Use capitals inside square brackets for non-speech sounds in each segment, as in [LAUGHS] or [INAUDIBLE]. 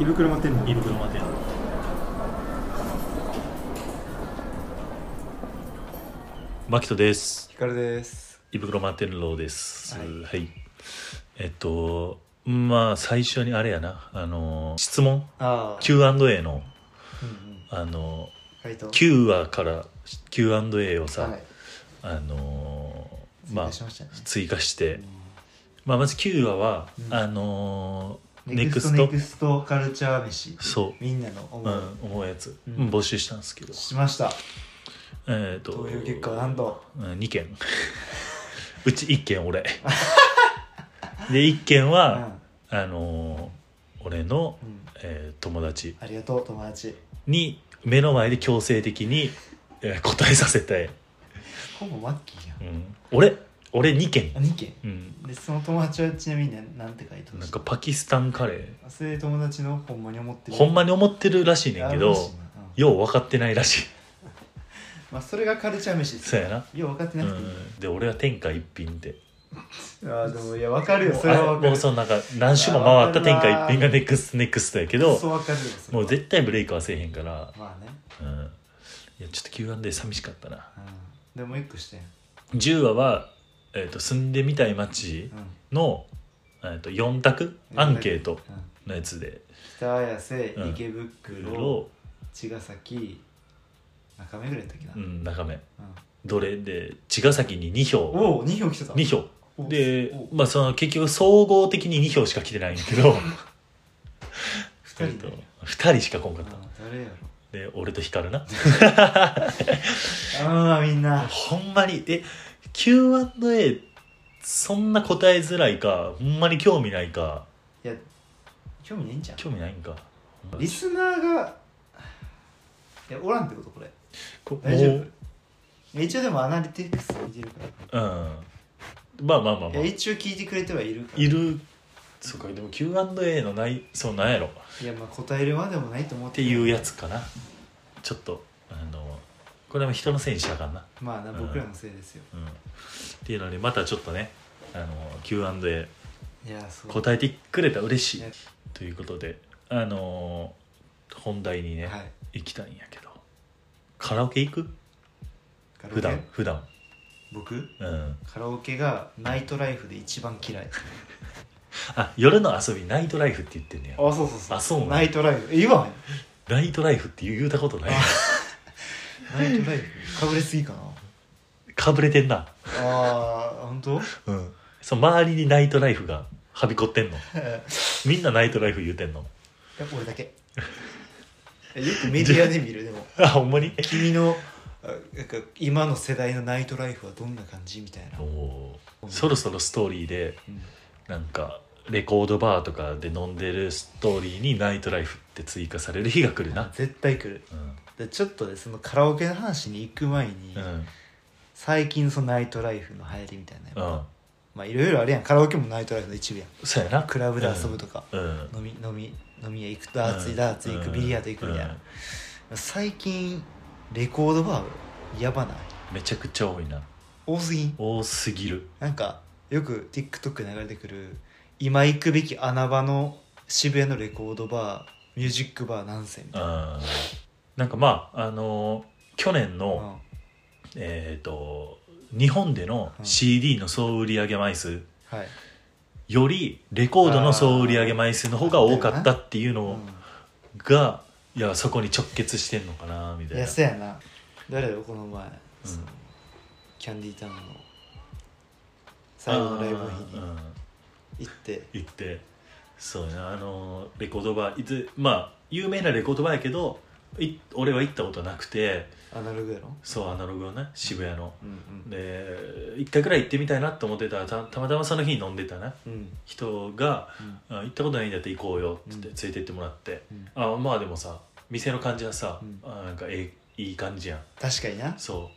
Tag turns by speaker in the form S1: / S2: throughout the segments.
S1: 胃袋持ってんの
S2: 胃袋待てんのマキトです
S3: ヒカルです。
S2: 胃袋待てんろうですは
S3: はいい、
S2: えっとまあ最初にあれやなあの質問
S3: ああ。
S2: Q&A の
S3: うんうん。
S2: あの
S3: 回答。
S2: 9話から Q&A をさ、
S3: はい。
S2: あの
S3: ま
S2: まあ
S3: あ。しましたね。
S2: 追加して、まあ、まず9話は、
S3: うん
S2: あの
S3: ネ
S2: ネク
S3: ク
S2: ス
S3: ス
S2: ト
S3: トネクストカルチャー飯。
S2: そう
S3: みんなの思
S2: う
S3: い、
S2: ん、思うやつ、
S3: うん
S2: 募集したんですけど、
S3: しました。
S2: えー、と
S3: 投票結果はなんと。
S2: うん2件 [LAUGHS] うち1件俺で1件
S3: うん。う
S2: は、
S3: ん。
S2: あのー俺の、えー友達
S3: ありがとう友達。
S2: に目の前で強制的に、えー答えさせて、
S3: ほぼマッキーやん
S2: う。ん、俺俺2件
S3: あ、、二件。
S2: うん、
S3: でその友達はちなみに何なんて回答
S2: なん
S3: した
S2: か。パキスタンカレー
S3: あそれで友達のほんまに思ってる。
S2: ほんま
S3: に
S2: に思ってるらしいねんけ
S3: う
S2: ど
S3: ん、
S2: よう分かってないら [LAUGHS] しい
S3: まあそれがカルチャー飯です
S2: そうやな、
S3: よう分かってな
S2: う
S3: くていい、
S2: ん、で俺は天下一品で
S3: ああでもいや分かるよそれ
S2: あれ
S3: は分か
S2: も
S3: る
S2: うそのなんか何周も回った天下一品がネクストネクストやけど
S3: そう分かるよそれ
S2: も
S3: は
S2: う絶対ブレイクはせえへんから、
S3: まあね、
S2: うん、いやちょっと Q&A 寂しかったな
S3: うん、でもう一個してん、
S2: 10話は、えー、と住んでみたい街
S3: うん、
S2: の、えー、と4択アンケート
S3: うん
S2: のやつで
S3: 北綾瀬
S2: うん
S3: 池
S2: いろい
S3: 袋
S2: ろ、
S3: 茅ヶ崎中目ぐらいだっけな、
S2: う
S3: うん
S2: ん、眺めどれで茅ヶ崎に2票
S3: おお2票来てた
S2: 2票
S3: お
S2: で
S3: お、
S2: まあ、その結局総合的に2票しか来てないんやけど
S3: [LAUGHS] 二人
S2: えっ
S3: で
S2: と2人しか来ん
S3: あ
S2: かった
S3: ー誰やろ
S2: で俺と光
S3: [LAUGHS]
S2: るな
S3: ああみんな
S2: ほんまにえ Q&A そんな答えづらいかほんまに興味ないか
S3: いや興味ないんじゃん
S2: 興味ないんか
S3: リスナーがいやおらんってことこれ
S2: こ
S3: 大丈夫
S2: もう
S3: いや一応でもアナリティクス見てるから
S2: うんまあまあまあ、まあ
S3: いや、一応聞いてくれてはいるから
S2: いるそうかでも Q&A のないそうなんやろっ
S3: いやまあ答えるまでもないと思ってて
S2: いうやつかなちょっとあのこれは人のせいにしたらあかんな、
S3: まあな僕らのせいですよ
S2: うん、っていうのでまたちょっとねあの Q&A
S3: いやそう
S2: 答えてくれたら嬉しい、
S3: ね
S2: ということであのー本題にね、
S3: はい
S2: 行きたいんやけどカラオケ行く
S3: カラオケ
S2: 普段普段
S3: 僕
S2: うん
S3: カラオケがナイトライフで一番嫌い
S2: あ夜の遊びナイトライフって言ってんねや
S3: あそうそうそう
S2: あそうなんや
S3: ナイトライフえ言わへ
S2: ナイトライフって言うたことない
S3: ん [LAUGHS] ナイトライフかぶれすぎかな
S2: かぶれてんな
S3: あー本当
S2: うんその周りにナイトライフがはびこってんの
S3: いや
S2: みんなナイトライフ言うてんの
S3: 俺だけいやよくメディアで見るでも
S2: あほんまに
S3: 君のあなんか今の世代のナイトライフはどんな感じみたいな、
S2: もうそろそろストーリーで
S3: うん
S2: なんかレコードバーとかで飲んでるストーリーにナイトライフって追加される日が来るな
S3: 絶対来る
S2: うん、
S3: でちょっとでそのカラオケの話に行く前に、
S2: うん
S3: 最近そのナイトライフの流行りみたいなやっぱ
S2: うん、
S3: まあいろいろあるやんカラオケもナイトライフの一部やん
S2: そうやな
S3: クラブで遊ぶとか、
S2: うん
S3: 飲み飲み飲み屋行くダーツダーツ行くビリヤード行くみたいな、
S2: うん
S3: 最近レコードバーやばない
S2: めちゃくちゃ多いな
S3: 多すぎん
S2: 多すぎる
S3: なんかよく TikTok で流れてくる今行くべき穴場の渋谷のレコードバーミュージックバー何選み
S2: う
S3: たいなん
S2: なんかまああのー去年の、
S3: うん
S2: えっ、と日本での
S3: うん
S2: CD の総売上枚数
S3: はい
S2: よりレコードの総売上枚数の方が多かったっていう
S3: う
S2: の
S3: ん
S2: が、いやそこに直結してんのかなみたい
S3: い
S2: な
S3: やそやな誰よこの前、
S2: うん
S3: そのキャンディータウンの最後のライブの日
S2: あー
S3: に
S2: うん
S3: 行って
S2: 行ってそうやなあのレコードバーいつまあ有名なレコードバーやけどい俺は行ったことなくて
S3: アナログやろ
S2: そうアナログをね渋谷の
S3: うん
S2: で一回くらい行ってみたいなと思ってたらたたまたまその日に飲んでたな
S3: うんうん
S2: 人が
S3: うん
S2: あ行ったことないんだって行こうよ」っつって
S3: う
S2: 連れてってもらって、
S3: うん
S2: あまあでもさ店の感じはさ、
S3: うん
S2: あなんかええいい感じやん
S3: 確かにな
S2: そ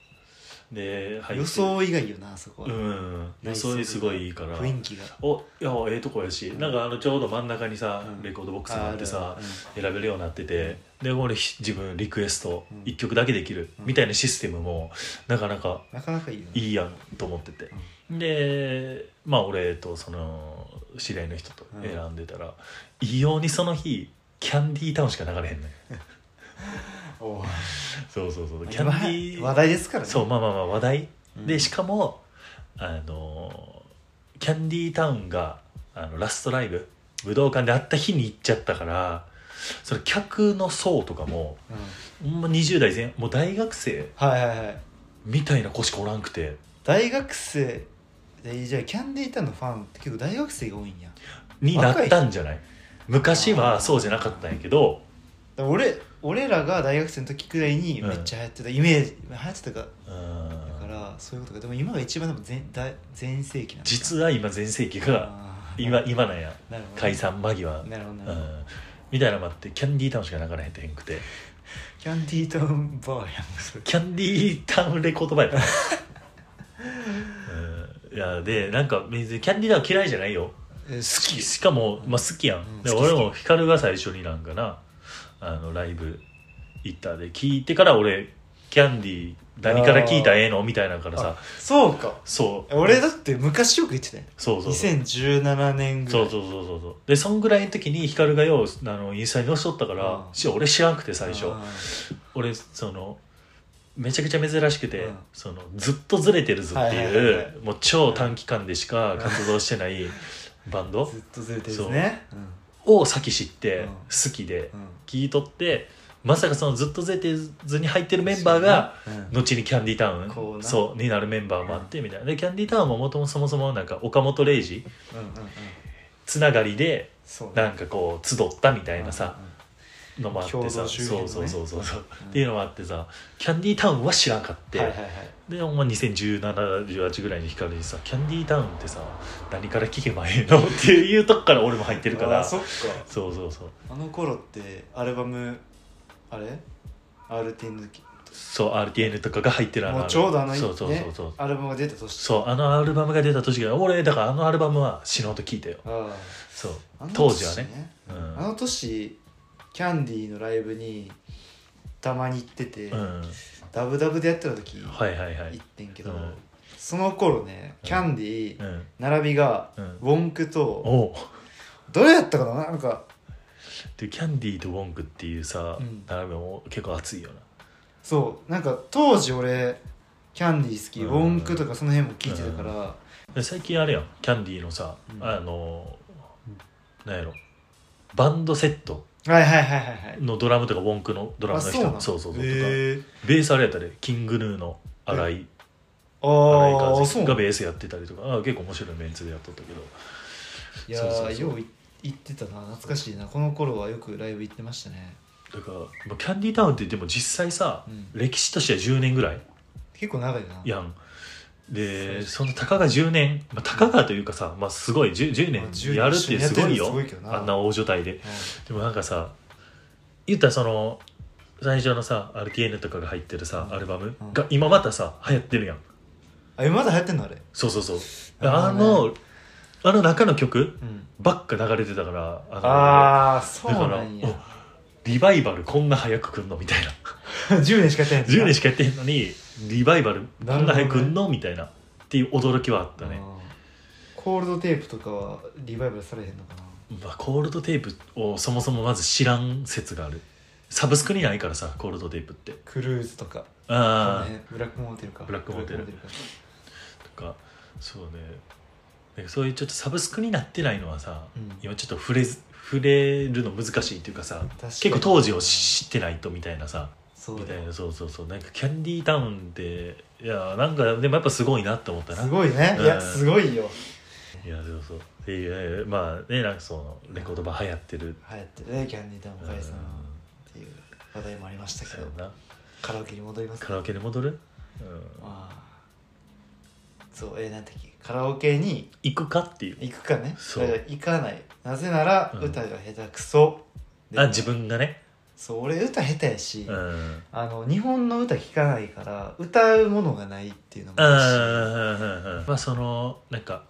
S2: うで入って
S3: 予想以外よなあそこは、
S2: うん
S3: 内
S2: 予
S3: 装
S2: 想すごいいいから
S3: 雰囲気が
S2: おいやええとこやし、
S3: うん
S2: なんかあのちょうど真ん中にさ、
S3: うん
S2: レコードボックスがあってさ
S3: ある
S2: 選べるようになってて、で俺ひ自分リクエスト
S3: うん
S2: 1曲だけできる、
S3: うん
S2: みたいなシステムもなかなか
S3: なかなかいいよね
S2: いいやんと思ってて、でまあ俺とその知り合いの人と選んでたら、異様にその日キャンディータウンしか流れへんねん
S3: お
S2: そうそうそうキャンディー
S3: 話題ですからね
S2: そうまあまあまあ話題、
S3: うん
S2: でしかもあのキャンディータウンがあのラストライブ武道館であった日に行っちゃったからそれ客の層とかも
S3: うん
S2: ほんま20代前もう大学生
S3: はいはいはい
S2: みたいな子しかおらんくて
S3: 大学生でじゃあキャンディータウンのファンって結構大学生が多いんや
S2: になったんじゃない昔はそうじゃなかったんやけど
S3: だから俺俺らが大学生の時くらいに
S2: うん
S3: めっちゃ流行ってたイメージ、流行ってたか
S2: うん
S3: だからそういうことかでも今が一番でも全大全盛期なんだ
S2: 実は今全盛期が
S3: あー
S2: 今今なんや
S3: なるほど
S2: 解散間際、
S3: なるほどな
S2: う
S3: るほど、
S2: ん、みたいなのもあってキャンディータウンしか流れへんてへんくて
S3: キャンディータウンバーやんそれ
S2: キャンディータウンレコードバイブうんいやでなんか別にキャンディータウン嫌いじゃないよ
S3: え好き
S2: しかも、まあ、好きや
S3: う
S2: ん、
S3: ん
S2: で
S3: 好き好き
S2: 俺も光が最初になんかなあのライブ行ったで聞いてから俺キャンディー何から聞いたらええのみたいなのからさ
S3: そうか
S2: そう
S3: 俺だって昔よく言ってたよ
S2: そうそうそう
S3: 2017年ぐら
S2: そ
S3: いう
S2: そうそうそうそうでそんぐらいの時に光がようあのインスタに載せとったから、
S3: うん
S2: し俺知らんくて最初
S3: あ
S2: 俺そのめちゃくちゃ珍しくて、
S3: うん
S2: そのずっとずれてるずっていう、
S3: はいはいはい
S2: もう超短期間でしか活動してないバン
S3: ー
S2: ド
S3: ずっとずれてるんですねう
S2: を先知って
S3: うん
S2: 好きで
S3: んうん
S2: 聞いとってまさかそのずっとずれてずに入ってるメンバーが
S3: うん
S2: 後にキャンディタウ
S3: こう
S2: ン
S3: な
S2: そうになるメンバーもあってみたいなでキャンディタウンももともとそもそもなんか岡本零士
S3: うんうんうん
S2: つながりで
S3: そう
S2: なんかこう集ったみたいなさのもあって
S3: 共
S2: さ、
S3: 同周
S2: そ
S3: 辺の
S2: う
S3: ね
S2: そうそうそうそう
S3: うん
S2: っていうのもあってさキャンディタウンは知らんかって、
S3: うんはいはいはい
S2: でお前201718ぐらいに光にさ「キャンディータウンってさ何から聞けばいいの?」っていうとこから俺も入ってるか
S3: あ
S2: ら
S3: ー
S2: そ
S3: そっか
S2: うそうそう
S3: あの頃ってアルバムあれ ?RT の時
S2: そう RTN とかが入ってるあの
S3: もうちょうどあの
S2: そうそう
S3: ね
S2: そうそう
S3: アルバムが出た年
S2: そうあのアルバムが出た時が俺だからあのアルバムは死のうと聞いたよ
S3: あ
S2: そう
S3: ああの
S2: 当時はねう
S3: あの年キャンディーのライブにたまに行ってて、
S2: ん、うん、
S3: ダブダブでやってた時行
S2: はいはいはい
S3: ってんけど、
S2: うん
S3: その頃ねキャンディー
S2: うん
S3: 並びが
S2: うん
S3: ウォンクと
S2: おう
S3: どれやったかななんか
S2: でキャンディーとウォンクっていうさ、
S3: うん
S2: 並べも結構熱いよな
S3: そうなんか当時俺キャンディー好き、
S2: うん
S3: ウォンクとかその辺も聞いてたから、
S2: で最近あれやんキャンディーのさ、
S3: うん
S2: あのなんやろバンドセット
S3: はいはいはいはいはい
S2: のドラムとかウォンクのドラムの人
S3: なの
S2: そうそうそうとか、
S3: へー
S2: ベースあれやったでキングヌーの新井
S3: ああそう
S2: 新井風
S3: な
S2: が
S3: ん
S2: ベースやってたりとかあ結構面白いメンツでやっとったけど
S3: いや
S2: そうそう
S3: ー
S2: そう
S3: ようい行ってたな懐かしいなこの頃はよくライブ行ってましたね、
S2: だからまあキャンディータウンってでも実際さ、
S3: うん
S2: 歴史としては10年ぐらい
S3: 結構長いよな
S2: やんで
S3: そ
S2: そのたかが10年、まあ、たかがというかさ、まあ、すごい 10, 10
S3: まあ10
S2: 年
S3: 年
S2: やるってすご
S3: 一緒
S2: いよ
S3: にやってるのすごいけどな
S2: あんな大所帯で
S3: う
S2: でもなんかさ言ったらその最初のさ RTN とかが入ってるさ、
S3: うん
S2: アルバム
S3: うん
S2: が今またさ流行ってるやん
S3: んあえまだ流行ってんのあれ
S2: そうそうそう
S3: な
S2: あ
S3: るほど
S2: のあの中の曲
S3: うん
S2: ばっか流れてたからあの
S3: ああそう
S2: だか
S3: な
S2: ら
S3: んや
S2: おリバイバルこんな早く来んのみたいな
S3: [LAUGHS] 10年しかやってない
S2: 10年
S3: し
S2: しかやってへんのにリバイバルこんな早く来んの、みたいなっていう驚きはあったね、
S3: コールドテープとかはリバイバルされへんのかな
S2: まあ、コールドテープをそもそもまず知らん説があるサブスクにないからさコールドテープって
S3: クルーズとか
S2: ああ、
S3: そうねブラックモーテルか
S2: ブラックモーテル
S3: ブラックモー
S2: とかそうねなんかそういうちょっとサブスクになってないのはさ、
S3: うん
S2: 今ちょっと触れず触れるの難しいっていうかさ
S3: かに
S2: 結構当時を知ってないとみたいなさ
S3: そう
S2: みた
S3: だ
S2: い
S3: よ
S2: なそうそうそうなんかキャンディータウンっていやなんかでもやっぱすごいなって思ったな
S3: すごいね、
S2: うん
S3: いやすごいよ
S2: いやそうそうっていうまあねなんかそのレコードバ流行ってる
S3: 流行ってるねキャンディータウン解散
S2: うん
S3: っていう話題もありましたけ
S2: そう
S3: ど
S2: やな
S3: カラオケに戻ります
S2: カラオケに戻る、うん、
S3: ああそうえー、なんてっけカラオケに
S2: 行くかっていう
S3: 行くかね
S2: そう
S3: れが行かないなぜなら
S2: うん
S3: 歌が下手くそ、で
S2: あ自分がね
S3: そう俺歌下手やし、
S2: うん
S3: あの日本の歌聞かないから歌うものがないっていうのもあるし
S2: あまあそのなんか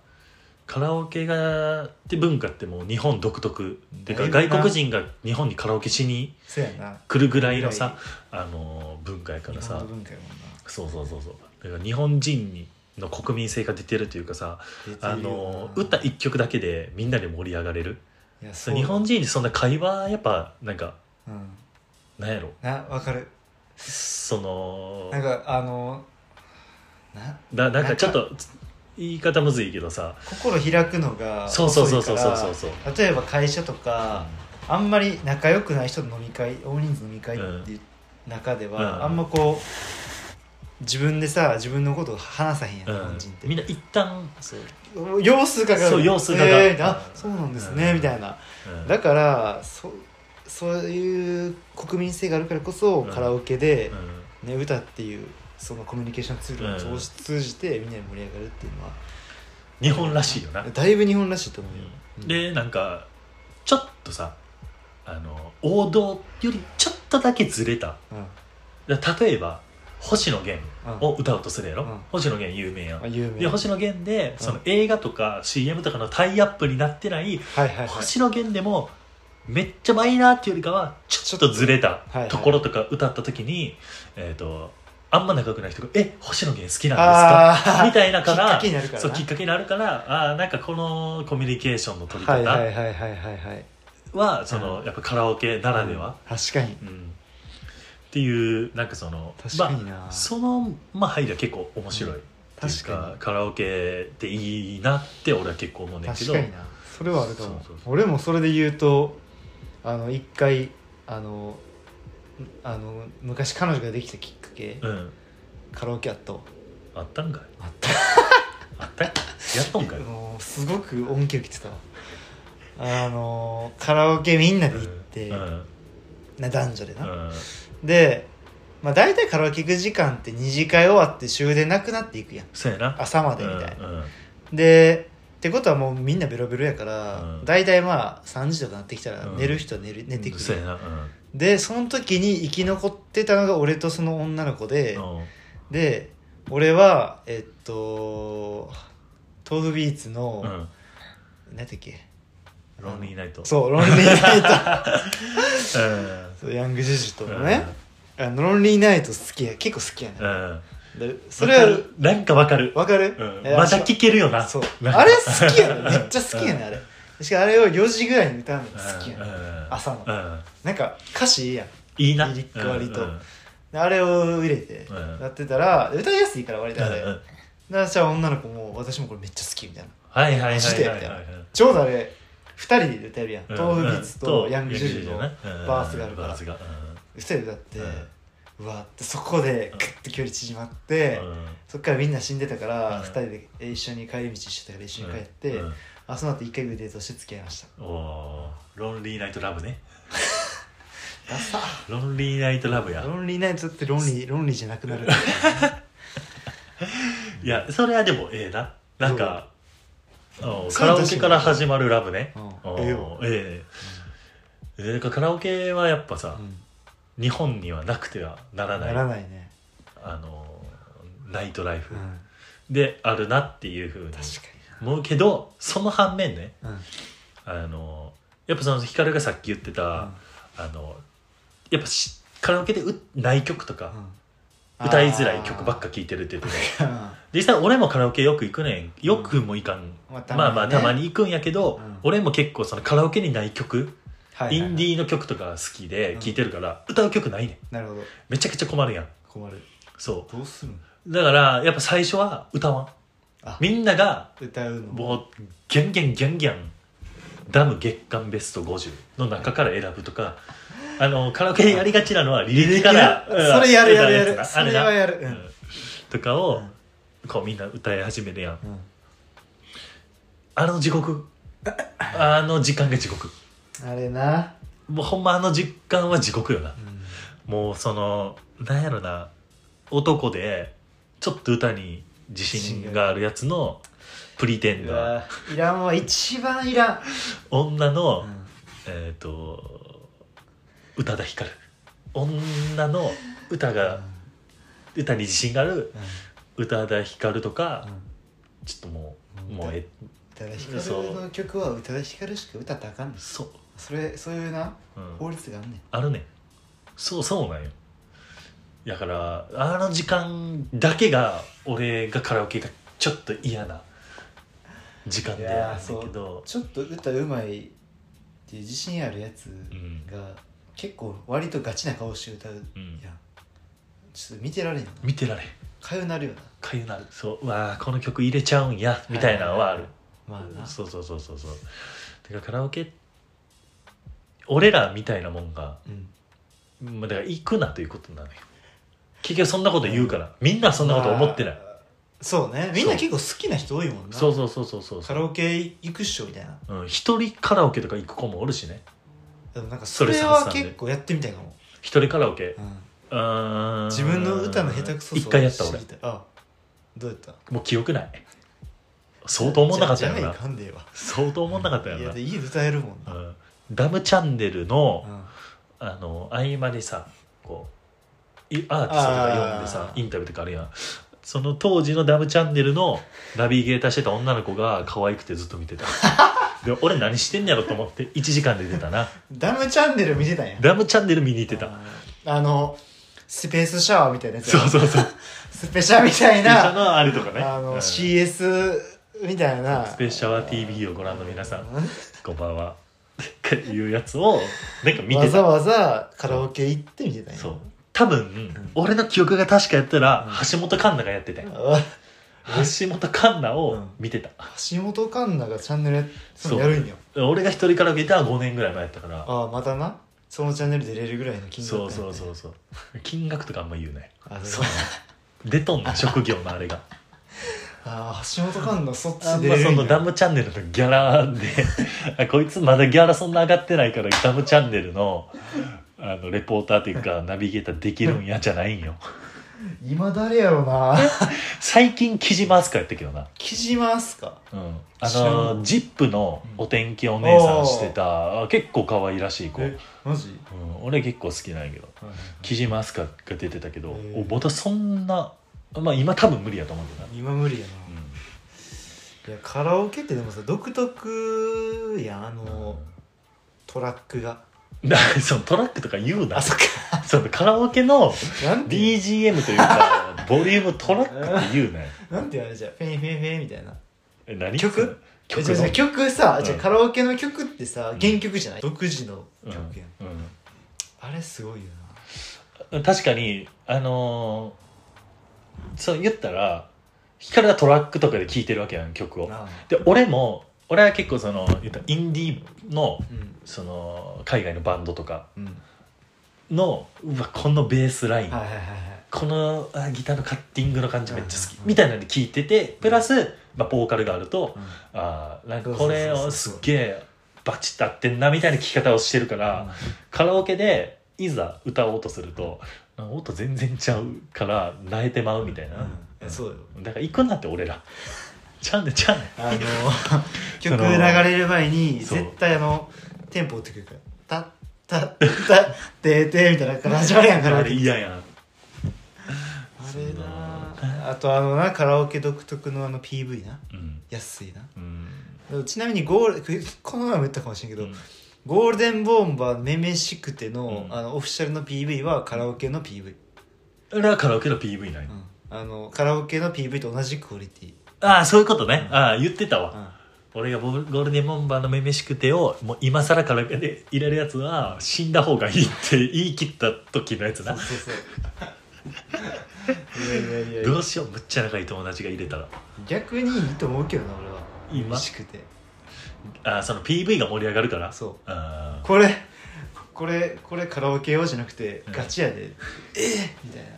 S2: カラオケがって文化ってもう日本独特っていうか
S3: だいぶな
S2: 外国人が日本にカラオケしに
S3: そうやな
S2: 来るぐらいのさあの文化やから
S3: 日本
S2: さ
S3: の文化やもんな
S2: そうそうそうそうだから日本人にの国民性が出てるというかさ
S3: 出て
S2: あ
S3: るよな
S2: の歌一曲だけでみんなで盛り上がれる
S3: いや
S2: そう日本人にそんな会話やっぱなんか
S3: うん
S2: なんやろ
S3: なわかる
S2: その
S3: なんかあのな
S2: だなんかちょっと言い方むずいけどさ
S3: 心開くのが
S2: そうそうそうそう
S3: 遅いか
S2: そう
S3: ら
S2: そうそう
S3: 例えば会社とか、あんまり仲良くない人の飲み会大人数の飲み会っていう中では、
S2: うん
S3: あんまこう自分でさ自分のことを話さへんやん、
S2: う
S3: 日
S2: ん
S3: 本人って
S2: みんな一旦
S3: そう様子伺う
S2: そう様子伺う
S3: えーあそうなんですね、
S2: うん
S3: みたいな
S2: うん
S3: だからそそういう国民性があるからこそ、
S2: うん
S3: カラオケで
S2: う、ん
S3: ね、歌っていうそのコミュニケーションツールを通し通じてみんなで盛り上がるっていうのは
S2: 日本らしいよな
S3: だいぶ日本らしいと思うよ、うん
S2: でなんかちょっとさあの王道よりちょっとだけずれた
S3: うん
S2: だ例えば星野源
S3: うん
S2: を歌うとするやろ、
S3: うん
S2: 星野源有名やん
S3: あ有名
S2: で星野源で
S3: ん
S2: その映画とか CM とかのタイアップになってない
S3: はいはいはい
S2: 星野源でもめっちゃマイナーっていうよりかはちょっとずれた
S3: はいはい
S2: ところとか歌った時に、えっ、とあんま仲良くない人が「え星野源好きなんですか?」
S3: あー
S2: みたいなから
S3: きっかけになるから
S2: そう
S3: な
S2: きっかけになるからあーなんかこのコミュニケーションの取り
S3: はい
S2: 方
S3: は
S2: はい
S3: はいはいはいはい
S2: その
S3: う
S2: やっぱカラオケならでは、
S3: 確かに
S2: うんっていうなんかその
S3: 確か
S2: ま
S3: にな、
S2: あ、その、まあ、入りは結構面白いっていう
S3: 確
S2: か,、
S3: か
S2: カラオケっていいなって俺は結構思う
S3: に
S2: ねんけ
S3: 確
S2: ど
S3: かになそれはあるかも
S2: そうそうそ
S3: 俺もそれで言うとあの一回あのあの昔彼女ができたきっかけ、
S2: うん、
S3: カラオケやったわ
S2: あったんかい
S3: あった
S2: あったやっとんかい
S3: もうすごく恩恵を受けてたわあのカラオケみんなで行って、
S2: うん
S3: な男女でな、
S2: うん
S3: で、まあ、大体カラオケ行く時間って二次会終わって終電なくなっていくやん
S2: そうやな
S3: 朝までみたいな、
S2: うんうん
S3: でってことはもうみんなベロベロやから、
S2: うん
S3: 大体まあ3時とかなってきたら
S2: うん
S3: 寝る人は寝る、寝てく
S2: そう
S3: る、
S2: やなうん
S3: でその時に生き残ってたのが俺とその女の子で、
S2: うん
S3: で俺はえっと豆腐ビーツの、
S2: うん
S3: 何だっけ
S2: ロンリーナイト
S3: そうロンリーナイト
S2: うん
S3: [LAUGHS] そうヤングジュジュとのね、あのロンリーナイト好きや結構好きやね、
S2: うん
S3: でそれは
S2: なんかわかる
S3: わかる、
S2: うん
S3: え
S2: まだ聞けるよな
S3: そう
S2: なんか
S3: あれ好きやねめっちゃ好きやねあれしかもあれを4時ぐらいに歌うのが好きや
S2: う
S3: ね
S2: ん
S3: 朝の
S2: うん
S3: なんか歌詞いいやん
S2: いいな
S3: リリック割と
S2: うんうん
S3: であれを入れて
S2: うん
S3: やってたら歌いやすいから割とあれ
S2: うんうん
S3: だから女の子も私もこれめっちゃ好きみたいな
S2: はいはいはいはい
S3: マジでみたい
S2: は
S3: ないちょうどあれ2人で歌えるやん
S2: うん
S3: 豆腐ビーツとヤングジュジュの
S2: ヤングジュジュのねうん
S3: バースがあるから
S2: バースが
S3: 2人で歌って
S2: う
S3: うわってそこでグッと距離縮まって
S2: んうん
S3: そっからみんな死んでたから
S2: うん
S3: 2人でえ一緒に帰り道してたから一緒に帰って
S2: うん
S3: あその後1回ぐらいデートして付き合いました
S2: うんおーロンリーナイトラブね
S3: ダサ
S2: ロンリーナイトラブや
S3: ロンリーナイトってロンリーロンリーじゃなくなる
S2: いやそれはでもええななんかおカ
S3: そう
S2: ラオケから始まるラブね
S3: うん
S2: お
S3: ええよ
S2: ええええカラオケはやっぱさ
S3: うん
S2: 日本にはなくてはなら
S3: な
S2: ない
S3: らないね
S2: あのナイトライフ
S3: うん
S2: であるなっていうふうに
S3: 確
S2: 思うけどその反面ね
S3: かにな
S2: あのやっぱそのヒカルがさっき言ってた、あのやっぱしカラオケでうない曲とか、歌いづらい曲ばっか
S3: り
S2: 聴いてるって言ってた
S3: う
S2: 実際俺もカラオケよく行くねんよくもいかん、
S3: んまあ
S2: まあまあたまに行くんやけど、
S3: うん
S2: 俺も結構そのカラオケにない曲、インディ
S3: ー
S2: ーの曲とか好きで
S3: うん
S2: 聴いてるから、歌う曲ないねん
S3: なるほど
S2: めちゃくちゃ困るやん
S3: 困る
S2: そ
S3: どうするの
S2: うだからやっぱ最初は歌わん
S3: あ
S2: みんなが
S3: 歌うの
S2: もうギャンギャンギャンギャンダム月間ベスト50の中から選ぶとかあのカラオケでやりがちなのは履歴から
S3: いやそれやるやるやる
S2: あ
S3: そ
S2: れ
S3: れは
S2: な
S3: やるう
S2: うんんとかをこうみんな歌い始めるやん
S3: うん
S2: あの地獄あの時間が地獄
S3: あれな
S2: もうほんまあの時間は地獄よな
S3: うん
S2: もうそのなんやろな男でちょっと歌に自信があるやつのプリテン
S3: う
S2: ダー
S3: わいらんわ一番いらん
S2: 女の、
S3: うん
S2: えっ、と宇多田ヒカル女の歌が歌に自信がある
S3: うん
S2: 宇多田ヒカルとか
S3: うん
S2: ちょっともう
S3: うん
S2: もうえ
S3: 宇多田ヒカルの曲は宇多田ヒカルしか歌ったらあかんねん
S2: そ
S3: それそういうな
S2: う、うん、
S3: 法律があんねん
S2: あるねんそうそうなんよだからあの時間だけが俺がカラオケがちょっと嫌な時間で
S3: いや
S2: あ
S3: ー
S2: るんだけど
S3: ちょっと歌うまいで自信あるやつ
S2: うん
S3: が結構割とガチな顔して歌う
S2: うん
S3: やんちょっと見てられんよな
S2: 見てられん
S3: かゆなるよな
S2: かゆなるそううわーこの曲入れちゃうんやみたいなのはある、
S3: まあな
S2: そうそうそうそうそうだからカラオケ俺らみたいなもんが、
S3: うん
S2: まあ、だから行くなということなのよ結局そんなこと言うから、みんなそんなこと思ってない、
S3: まあそうねみんな結構好きな人多いもんな
S2: そうそうそうそうそう
S3: カラオケ行くっしょみたいな
S2: うん、一人カラオケとか行く子もおるしね
S3: でもなんか
S2: そ
S3: そ
S2: れ
S3: れ
S2: 挟
S3: は
S2: んで
S3: 結構やってみたいかも、
S2: 一人カラオケ
S3: うん
S2: うーん
S3: 自分の歌の下手くそさ
S2: 一回やった俺
S3: 知りいあどうやった
S2: もう記憶ない相当思んなかった
S3: じゃ
S2: よ
S3: じゃあ
S2: な
S3: 行かんでええわ
S2: 相当思んなかったよ
S3: いや
S2: な、
S3: で家で歌えるもん
S2: う
S3: な、
S2: ん、ダムチャンネルの、
S3: うん
S2: あの合間でさこういアーティストとか読んでさ
S3: あー
S2: インタビューとかあるやんその当時のダムチャンネルのナビゲーターしてた女の子が可愛くてずっと見てた
S3: [LAUGHS]
S2: で俺何してんやろと思って1時間で出たな
S3: ダムチャンネル見てたんや
S2: ダムチャンネル見に行ってた
S3: あーあのスペースシャワーみたいなやつ
S2: そうそうそう
S3: スペシャみたい
S2: 電車
S3: な
S2: のあれとかね
S3: あ
S2: う
S3: の
S2: ん
S3: CS みたいな
S2: スペシャワー TV をご覧の皆さん
S3: [LAUGHS] う
S2: こんばんはっていうやつをなんか見
S3: ん
S2: て
S3: わざ
S2: た
S3: わざカラオケ行って見てたんや
S2: そう多分、俺の記憶が確かやったら
S3: うん
S2: 橋本環奈がやってたよ
S3: あ
S2: 橋本環奈を見てた、
S3: 橋本環奈がチャンネルやそのやるんよ
S2: 俺が一人から見た5年ぐらい前やったから
S3: ああまたなそのチャンネル出れるぐらいの金額
S2: そうそうそううそう金額とかあんま言うね
S3: あ
S2: そ
S3: そう
S2: う出とんの職業のあれが
S3: あー橋本環奈そっち
S2: あん
S3: 出
S2: ま
S3: れる
S2: そ
S3: んや
S2: のダムチャンネルのギャラで [LAUGHS] あこいつまだギャラそんな上がってないからダムチャンネルのあのレポーターというかナビゲーターできるんやじゃないんよ
S3: 今誰やろな
S2: 最近木島明日香やったけどな、
S3: 木島明日香
S2: うん、あ
S3: 知ら
S2: の
S3: ん
S2: ZIP のお天気お姉さんしてた、結構可愛らしい子、う
S3: え
S2: ん、
S3: マジ
S2: 俺結構好きなんやけど木島明日香が出てたけど、
S3: へ
S2: お
S3: え
S2: またそんなまあ今多分無理やと思うけどな、
S3: 今無理やな、いやカラオケってでもさ独特やんあの、トラックが
S2: うん、 [LAUGHS] だからそのトラックとか言うな
S3: あそっか
S2: そのカラオケの
S3: なんていう
S2: BGM というかボリュームトラックって言うなよ
S3: なんて言われじゃんフェンフェンフェンみたいな
S2: [LAUGHS] え何
S3: 曲
S2: 曲
S3: えじゃあ
S2: の
S3: 曲さ、
S2: うん
S3: じゃあカラオケの曲ってさ
S2: ん
S3: 原曲じゃない、独自の
S2: うん
S3: 曲やん、あれすごいよ
S2: うん、確かにあのーそう言ったら光はトラックとかで聴いてるわけやん曲を
S3: なあ
S2: で俺も俺は結構その言ったらインディーの
S3: うん
S2: その海外のバンドとか
S3: うん
S2: のうわこのベースライン、
S3: はいはいはい
S2: このあギターのカッティングの感じめっちゃ好き
S3: うん
S2: みたいなので聞いててプラス、まあ、ボーカルがあると
S3: は
S2: あーなんかこれ
S3: そ
S2: を
S3: うそうそうそう
S2: すっげえバチッと合ってんなみたいな聴き方をしてるから、
S3: い
S2: カラオケでいざ歌おうとするとあ音全然ちゃうから泣えてまうみたいな、
S3: うんそうよ
S2: だから行くなって俺ら [LAUGHS] ちゃうねんちゃうねん
S3: あの
S2: その
S3: [LAUGHS] 曲流れる前に
S2: そう
S3: 絶対あのテンポ打ってくるから「タッタッタッてーてー」みたいな感じ始まるやんカラ
S2: あ
S3: オケ
S2: れ嫌やん
S3: あれなあとあのなカラオケ独特のあの PV な
S2: うん
S3: 安いな
S2: うん
S3: ちなみにゴールこの前も言ったかもしれんけど、
S2: うん
S3: ゴールデンボンバー「めめしくての」
S2: うん
S3: あのオフィシャルの PV はカラオケの PV、
S2: 俺はカラオケの PV ない、
S3: うんあのカラオケの PV と同じクオリティ、
S2: ああそういうことね、
S3: うん
S2: ああ言ってたわ、
S3: うん
S2: 俺がボールゴールデンボンバーのめめしくてをもう今更からで入れるやつは死んだ方がいいって言い切った時のやつ
S3: そ
S2: な
S3: う
S2: [LAUGHS]
S3: そうそういやいやいやい
S2: ど
S3: や
S2: うしようむっちゃ仲いい友達が入れたら
S3: 逆にいいと思うけどな俺は
S2: 今
S3: 嬉しくて
S2: あーその PV が盛り上がるから
S3: そう
S2: あ
S3: これこれこれカラオケ用じゃなくて
S2: うん
S3: ガチやで、ええみたいな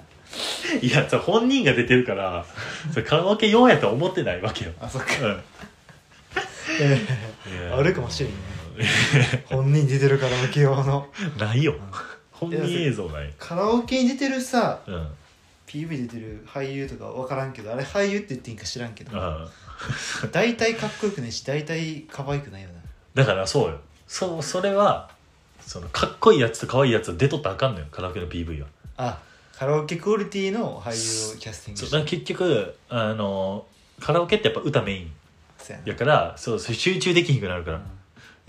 S2: ーいやそれ本人が出てるからそれカラオケ用やとは思ってないわけよ、
S3: あそっ
S2: う
S3: か、
S2: ん
S3: え
S2: い
S3: え
S2: や
S3: あるかもしれんね本人出てるカラオケ用の
S2: ないよ
S3: ん
S2: 本人映像ない
S3: カラオケに出てるさ
S2: うん
S3: PV 出てる俳優とか分からんけどあれ俳優って言っていいんか知らんけど
S2: あ
S3: 大体かっこよくないし大体可愛くないよな
S2: だからそうよそうそれはそのかっこいいやつと可愛いやつは出とったらあかんのよカラオケの PV は
S3: あカラオケクオリティの俳優をキャスティング
S2: そう
S3: し
S2: だから
S3: て
S2: 結局あのカラオケってやっぱ歌メイン
S3: そうやな
S2: やからそうそう集中できひんくなるから、
S3: うん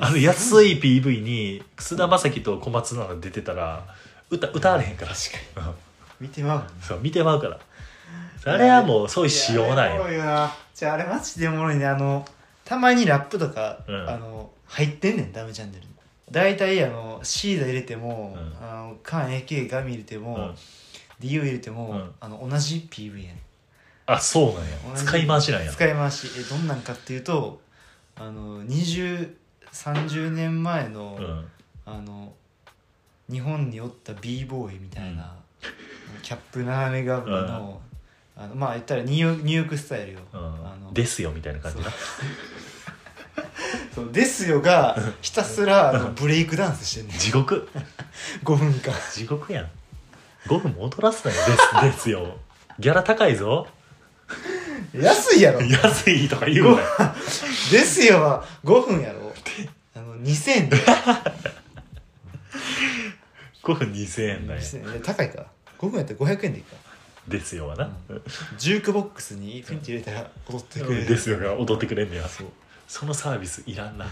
S2: あの安い PV に菅田将暉と小松菜奈出てたら歌歌われへんから
S3: 確
S2: かに
S3: 見てまうわ
S2: そう見てまうからあれはもうそういうしようない
S3: やあれおも
S2: よ
S3: ろいよなじゃああれマジでおもろいねあのたまにラップとか、
S2: うん
S3: あの入ってんねんダムチャンネルに大体あのシーダ入れても、
S2: うん
S3: あの缶 AK ガミ入れても、
S2: うん
S3: DO 入れても、
S2: うん
S3: あの同じ PV やね
S2: あそうなんや
S3: 同じ
S2: 使い回しなんや
S3: 使い回しえどんなんかっていうとあの2030年前の,、
S2: うん
S3: あの日本におった b ボーイみたいな、 [LAUGHS] キャップ斜めガブの,、あのまあ言ったらニューヨークニューヨークスタイルよ、あ
S2: う
S3: の
S2: ん、ですよみたいな感じな
S3: そうですよがひたすらあのブレイクダンスしてんね
S2: 地獄
S3: 5分間
S2: 地獄やん5分も劣らすなよですですよギャラ高いぞ
S3: 安いやろ
S2: [LAUGHS] 安いとか言うなよ
S3: ですよは5分やろあの2000円で
S2: 5分2000円だよ
S3: 2000円で高いか5分やったら500円でいいか
S2: ですよはな、
S3: ジュークボックスにピンチ入れたら踊ってくれる
S2: ですよが踊ってくれんねやそうそのサービスいらんない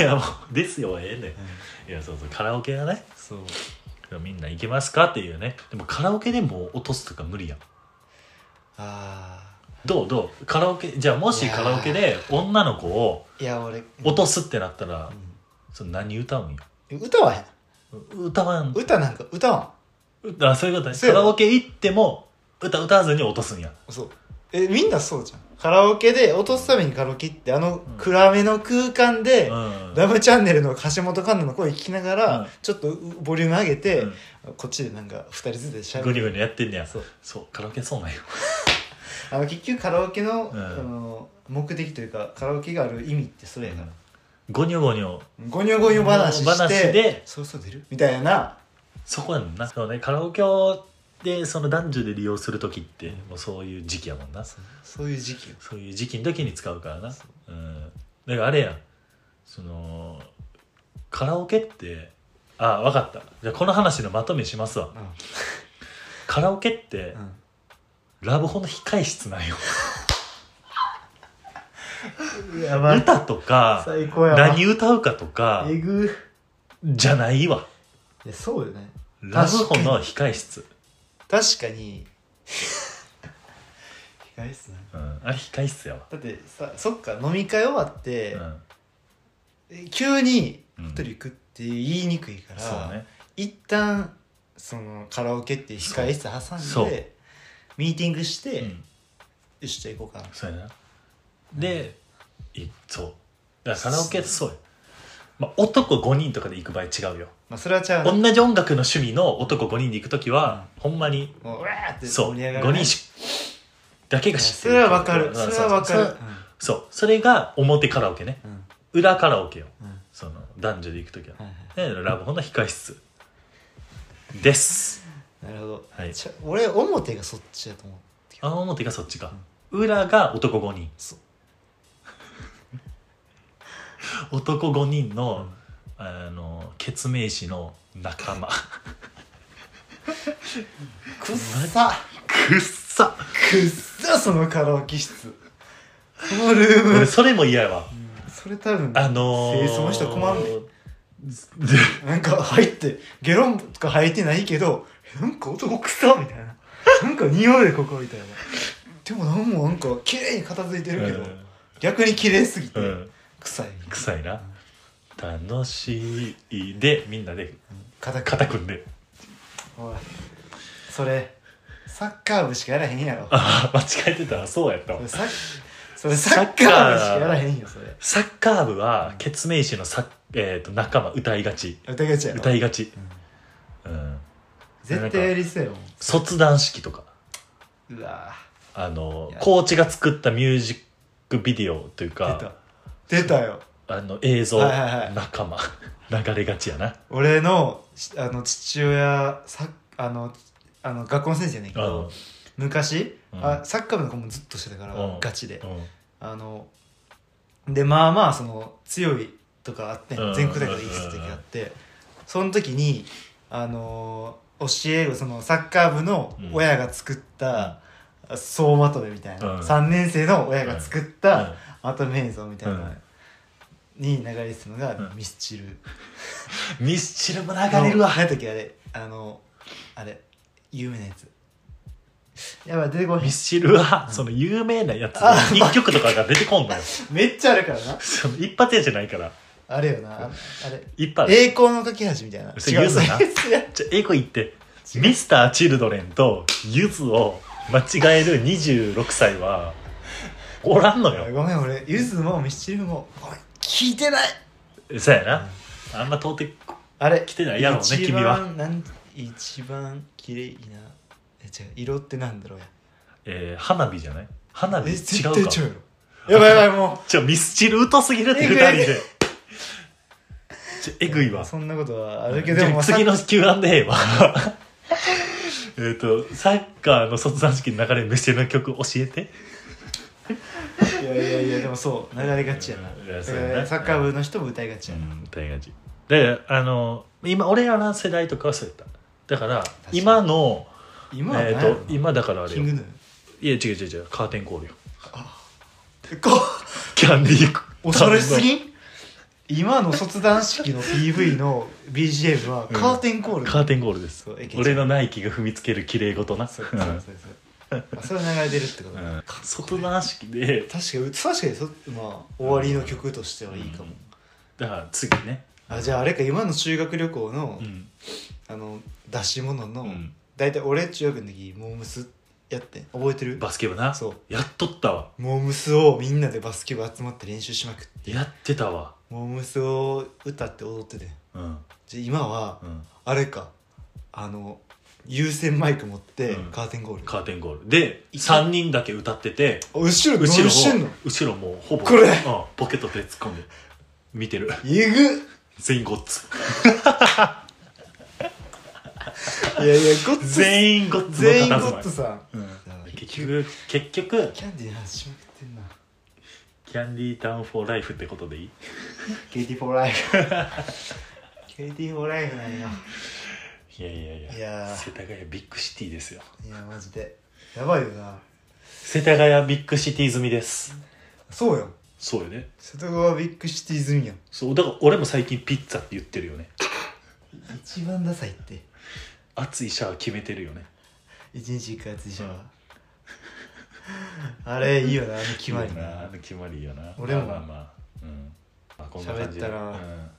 S2: やもうですよはええ
S3: う
S2: ね
S3: ん
S2: んいやそうそうカラオケはね
S3: そう
S2: みんな行けますかっていうねでもカラオケでも落とすとか無理やん
S3: あ
S2: どうどうカラオケじゃあもしカラオケで女の子を
S3: あいや俺
S2: 落とすってなったら、
S3: う
S2: その何歌うんよ
S3: ん歌わへん
S2: 歌わん
S3: 歌なんか歌わ
S2: あそういうことね
S3: そ
S2: カ
S3: うやろ
S2: ラオケ行っても歌歌わずに落とすんや
S3: んそうえみんなそうじゃんカラオケで落とすためにカラオケ行ってあの暗めの空間で、
S2: うん
S3: ラブチャンネルの橋本環奈の声聞きながら、
S2: うん
S3: ちょっとボリューム上げて、
S2: うん
S3: こっちでなんか2人ずつでしゃ
S2: ゴ
S3: べ
S2: リ
S3: る
S2: ゴリやってんねや
S3: そう
S2: そうカラオケそうなんよ
S3: あの結局カラオケの,、
S2: うん
S3: あの目的というかカラオケがある意味ってそれやから、
S2: ゴニョゴニョ
S3: ゴニョゴニョ話して
S2: 話で
S3: そうそう出るみたいな
S2: そこやんなそうねカラオケをでその男女で利用する時ってもうそういう時期やもんなそ
S3: そういう時期よ
S2: ういう時期の時に使うからなうんだからあれやんそのカラオケってあ分かったじゃあこの話のまとめしますわ
S3: う
S2: カラオケって
S3: ん、うん
S2: ラブホの控え室なんよ
S3: やばい
S2: 歌とか
S3: 最高やわ
S2: 何歌うかとか
S3: えぐ
S2: じゃないわ
S3: いやそうよね
S2: ラブホの控え室、
S3: 確かに控え室な
S2: うん、あれ控え室やわ
S3: だってさそっか飲み会終わって
S2: う、ん
S3: え急に
S2: うん
S3: ホテル行くって言いにくいから、
S2: そうね
S3: 一旦そのカラオケっていう控え室
S2: そ
S3: 挟
S2: うん
S3: でミーティングして、
S2: う
S3: よ
S2: ん
S3: しじゃあ行こうかな
S2: そうやなで、いそうだからカラオケってそうや、まあ、男5人とかで行く場合違うよ
S3: まあそれはちゃうな
S2: 同じ音楽の趣味の男5人で行く時は、ほんまに
S3: もううわーって盛
S2: そう
S3: り上が
S2: 5
S3: るね、
S2: 人しだけが知って
S3: そ
S2: る
S3: れはわか
S2: う
S3: る
S2: ん
S3: それはわか
S2: そ
S3: る
S2: うそうそれが表カラオケね
S3: うんうん
S2: 裏カラオケよ
S3: うん
S2: その男女で行く時は、
S3: はいは
S2: でラブホの控室です
S3: いなるほど、
S2: はい
S3: ちゃ俺表がそっちだと思う
S2: あ表がそっちか、裏が男5人
S3: そう
S2: 男5人の,、あのケツメイシの仲間
S3: くっさ
S2: くっさ
S3: くっさそのカラオケ室そのルーム、
S2: 俺それも嫌やわ
S3: それ多分
S2: あのー、
S3: 清掃の人困んねん
S2: で
S3: なんか入ってゲロンとか履いてないけどなんか男臭っみたいななんか匂いでここみたいなでもなんもなんか綺麗に片付いてるけど、逆に綺麗すぎて、
S2: うん
S3: 臭い
S2: 臭いな楽しいでみんなで
S3: 肩か
S2: 肩組んで
S3: おいそれサッカー部しかやらへんやろ
S2: ああ間違えてたそうやったわ
S3: サッそれサッカー部しかやらへんよそれ
S2: サッカー部はケツメイシのサッ、えー、と仲間歌いがち
S3: 疑っちゃうよ
S2: 歌いがち、
S3: うん
S2: うん、
S3: 絶対やりそうやもん
S2: 卒団式とか
S3: うわ
S2: あの
S3: いや
S2: コーチが作ったミュージックビデオという
S3: 出た
S2: か
S3: 出たよ
S2: あの映像、
S3: はいはいはい
S2: 仲間 [LAUGHS] 流れがちやな
S3: 俺のしあの父親さあのあの学校の先生やねんけど昔、
S2: うん
S3: あサッカー部の子もずっとしてたから、
S2: うん
S3: ガチで、
S2: うんうん
S3: あのでまあまあその強いとかあってん
S2: うん
S3: 全国大会で行ってた時があってその時にあのー教え子そのサッカー部の親が作った総まとめみたいな、
S2: うん
S3: 3年生の親が作ったまとめ映像みたいな、
S2: うん
S3: に流れてたのが
S2: うん
S3: ミスチル、
S2: ミスチルも流れるわ
S3: 何やったっけあれあのあれ有名なやつやばい出てこ
S2: [LAUGHS]
S3: へ
S2: ミ
S3: ん
S2: スチルはその有名なやつの
S3: あ
S2: 一曲とかが出てこんのよ
S3: めっちゃあるからな
S2: その一発屋じゃないから
S3: ああれよなあれ
S2: いっぱいある
S3: 栄光の架け橋みたいな
S2: それゆずな
S3: 違うそれ
S2: じゃあエコ行って [LAUGHS] ミスター・チルドレンとユズを間違える26歳はおらんのよ
S3: ごめん俺ゆずもミスチルもごめん聞いてない
S2: そうやなあんま通ってこ
S3: あれ
S2: 来てないやろうね
S3: 一番
S2: 君は
S3: なん一番綺麗なえ違う色ってなんだろうや
S2: えー花火じゃない花
S3: え
S2: 火違
S3: 絶
S2: う
S3: 対違
S2: か
S3: うやろやばいやばいもう
S2: じゃミスチル疎すぎるって
S3: えぐ
S2: 二
S3: い
S2: 人でちょえぐいわ
S3: そんなことはあるけどで
S2: じゃ
S3: も
S2: あ次
S3: さ
S2: の Q&A は [LAUGHS] えっとサッカーの卒団式の中でミスチルの曲教えて
S3: いやいやいやでもそう流れがちやない
S2: やそうやな
S3: だからサッカー部の人も歌いがちやな、
S2: 大感じであの今俺らの世代とかはそうやっただから
S3: かに
S2: 今の
S3: 今は何
S2: え
S3: や
S2: っ
S3: ろな
S2: と今だからあれ
S3: キ
S2: よ
S3: ン
S2: い
S3: グ
S2: や
S3: ヌー
S2: 違う違う違うカーテンコールよ
S3: こ
S2: キャンディー
S3: う恐ろしす
S2: ん
S3: ぎん今の卒団式の PV の BGM は
S2: うん
S3: カーテンコール、
S2: カーテンコールです
S3: そうえけちゃう
S2: 俺のナイキが踏みつける綺麗事な
S3: そうそうそうそうあそれ流れてるってこと、
S2: う
S3: だ
S2: んうん卒団式で
S3: 確かに確かにそ、まあ、終わりの曲としてはいいかも、
S2: だから次ね
S3: あじゃああれか今の修学旅行の,、
S2: うん
S3: あの出し物の、
S2: うん
S3: 大体俺中学の時モームスやって覚えてる
S2: バスケ部な
S3: そう
S2: やっとったわ
S3: モームスをみんなでバスケ部集まって練習しまくって
S2: やってたわ
S3: モームスを歌って踊ってて
S2: うん
S3: じゃあ今は
S2: うん
S3: あれかあの有線マイク持って
S2: うん
S3: カーテンゴール、
S2: カーテンコールで
S3: い
S2: 3人だけ歌ってて
S3: 後ろ
S2: 後ろ
S3: 何してん
S2: も
S3: の
S2: 後ろもうほぼ
S3: これ
S2: うん、ポケットで突っ込んで見てる
S3: えぐ
S2: 全員ご
S3: [LAUGHS]
S2: っつ
S3: いやいやゴッツ
S2: 全員ごっつの
S3: 全員ゴ
S2: 佇ま
S3: ッ
S2: い
S3: ツさん
S2: うん、結局結局
S3: キャンディーの話しまくってんな
S2: キャンディータウンフォーライフってことでいい
S3: KT フォーライ [LAUGHS] フ KT フォーライフなんよ
S2: いやいやいや
S3: いやー
S2: 世田谷ビッグシティですよ
S3: いやマジでやばいよな
S2: 世田谷ビッグシティ済みです
S3: そうよ
S2: そうよね
S3: 瀬戸川ビッグシティズミやん
S2: そうだから俺も最近ピッツァって言ってるよね
S3: 一番ダサいって
S2: 熱いシャワー決めてるよね
S3: 一日一回やつでしょあれいいよなあの決まり
S2: いいよなあ
S3: な
S2: の決まりいいよな
S3: 俺も
S2: まあまあまあうんまあこんな感じで
S3: 喋ったら
S2: うん、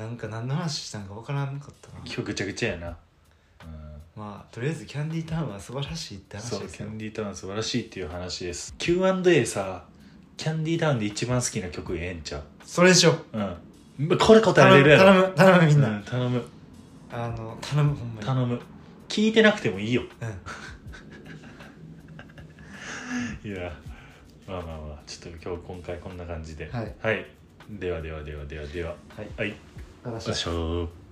S3: なんか何の話したんか分からんかったな
S2: 今日ぐちゃぐちゃやな、うん
S3: まあとりあえずキャンディータウンは素晴らしいって話
S2: そう
S3: です
S2: キャ
S3: よ
S2: ンディータウン素晴らしいっていう話です Q&A さキャンディータウンで一番好きな曲ええんちゃう
S3: それでしょ
S2: うんこれ答え
S3: 頼
S2: れる
S3: む
S2: やろ
S3: 頼む頼むみんな、
S2: うん、頼む
S3: あの頼むほんまに
S2: 頼む聞いてなくてもいいよ
S3: うん
S2: いやまあまあまあちょっと今日今回こんな感じで
S3: はい、
S2: ではではではではでは
S3: はい
S2: はい
S3: 私
S2: よいしょ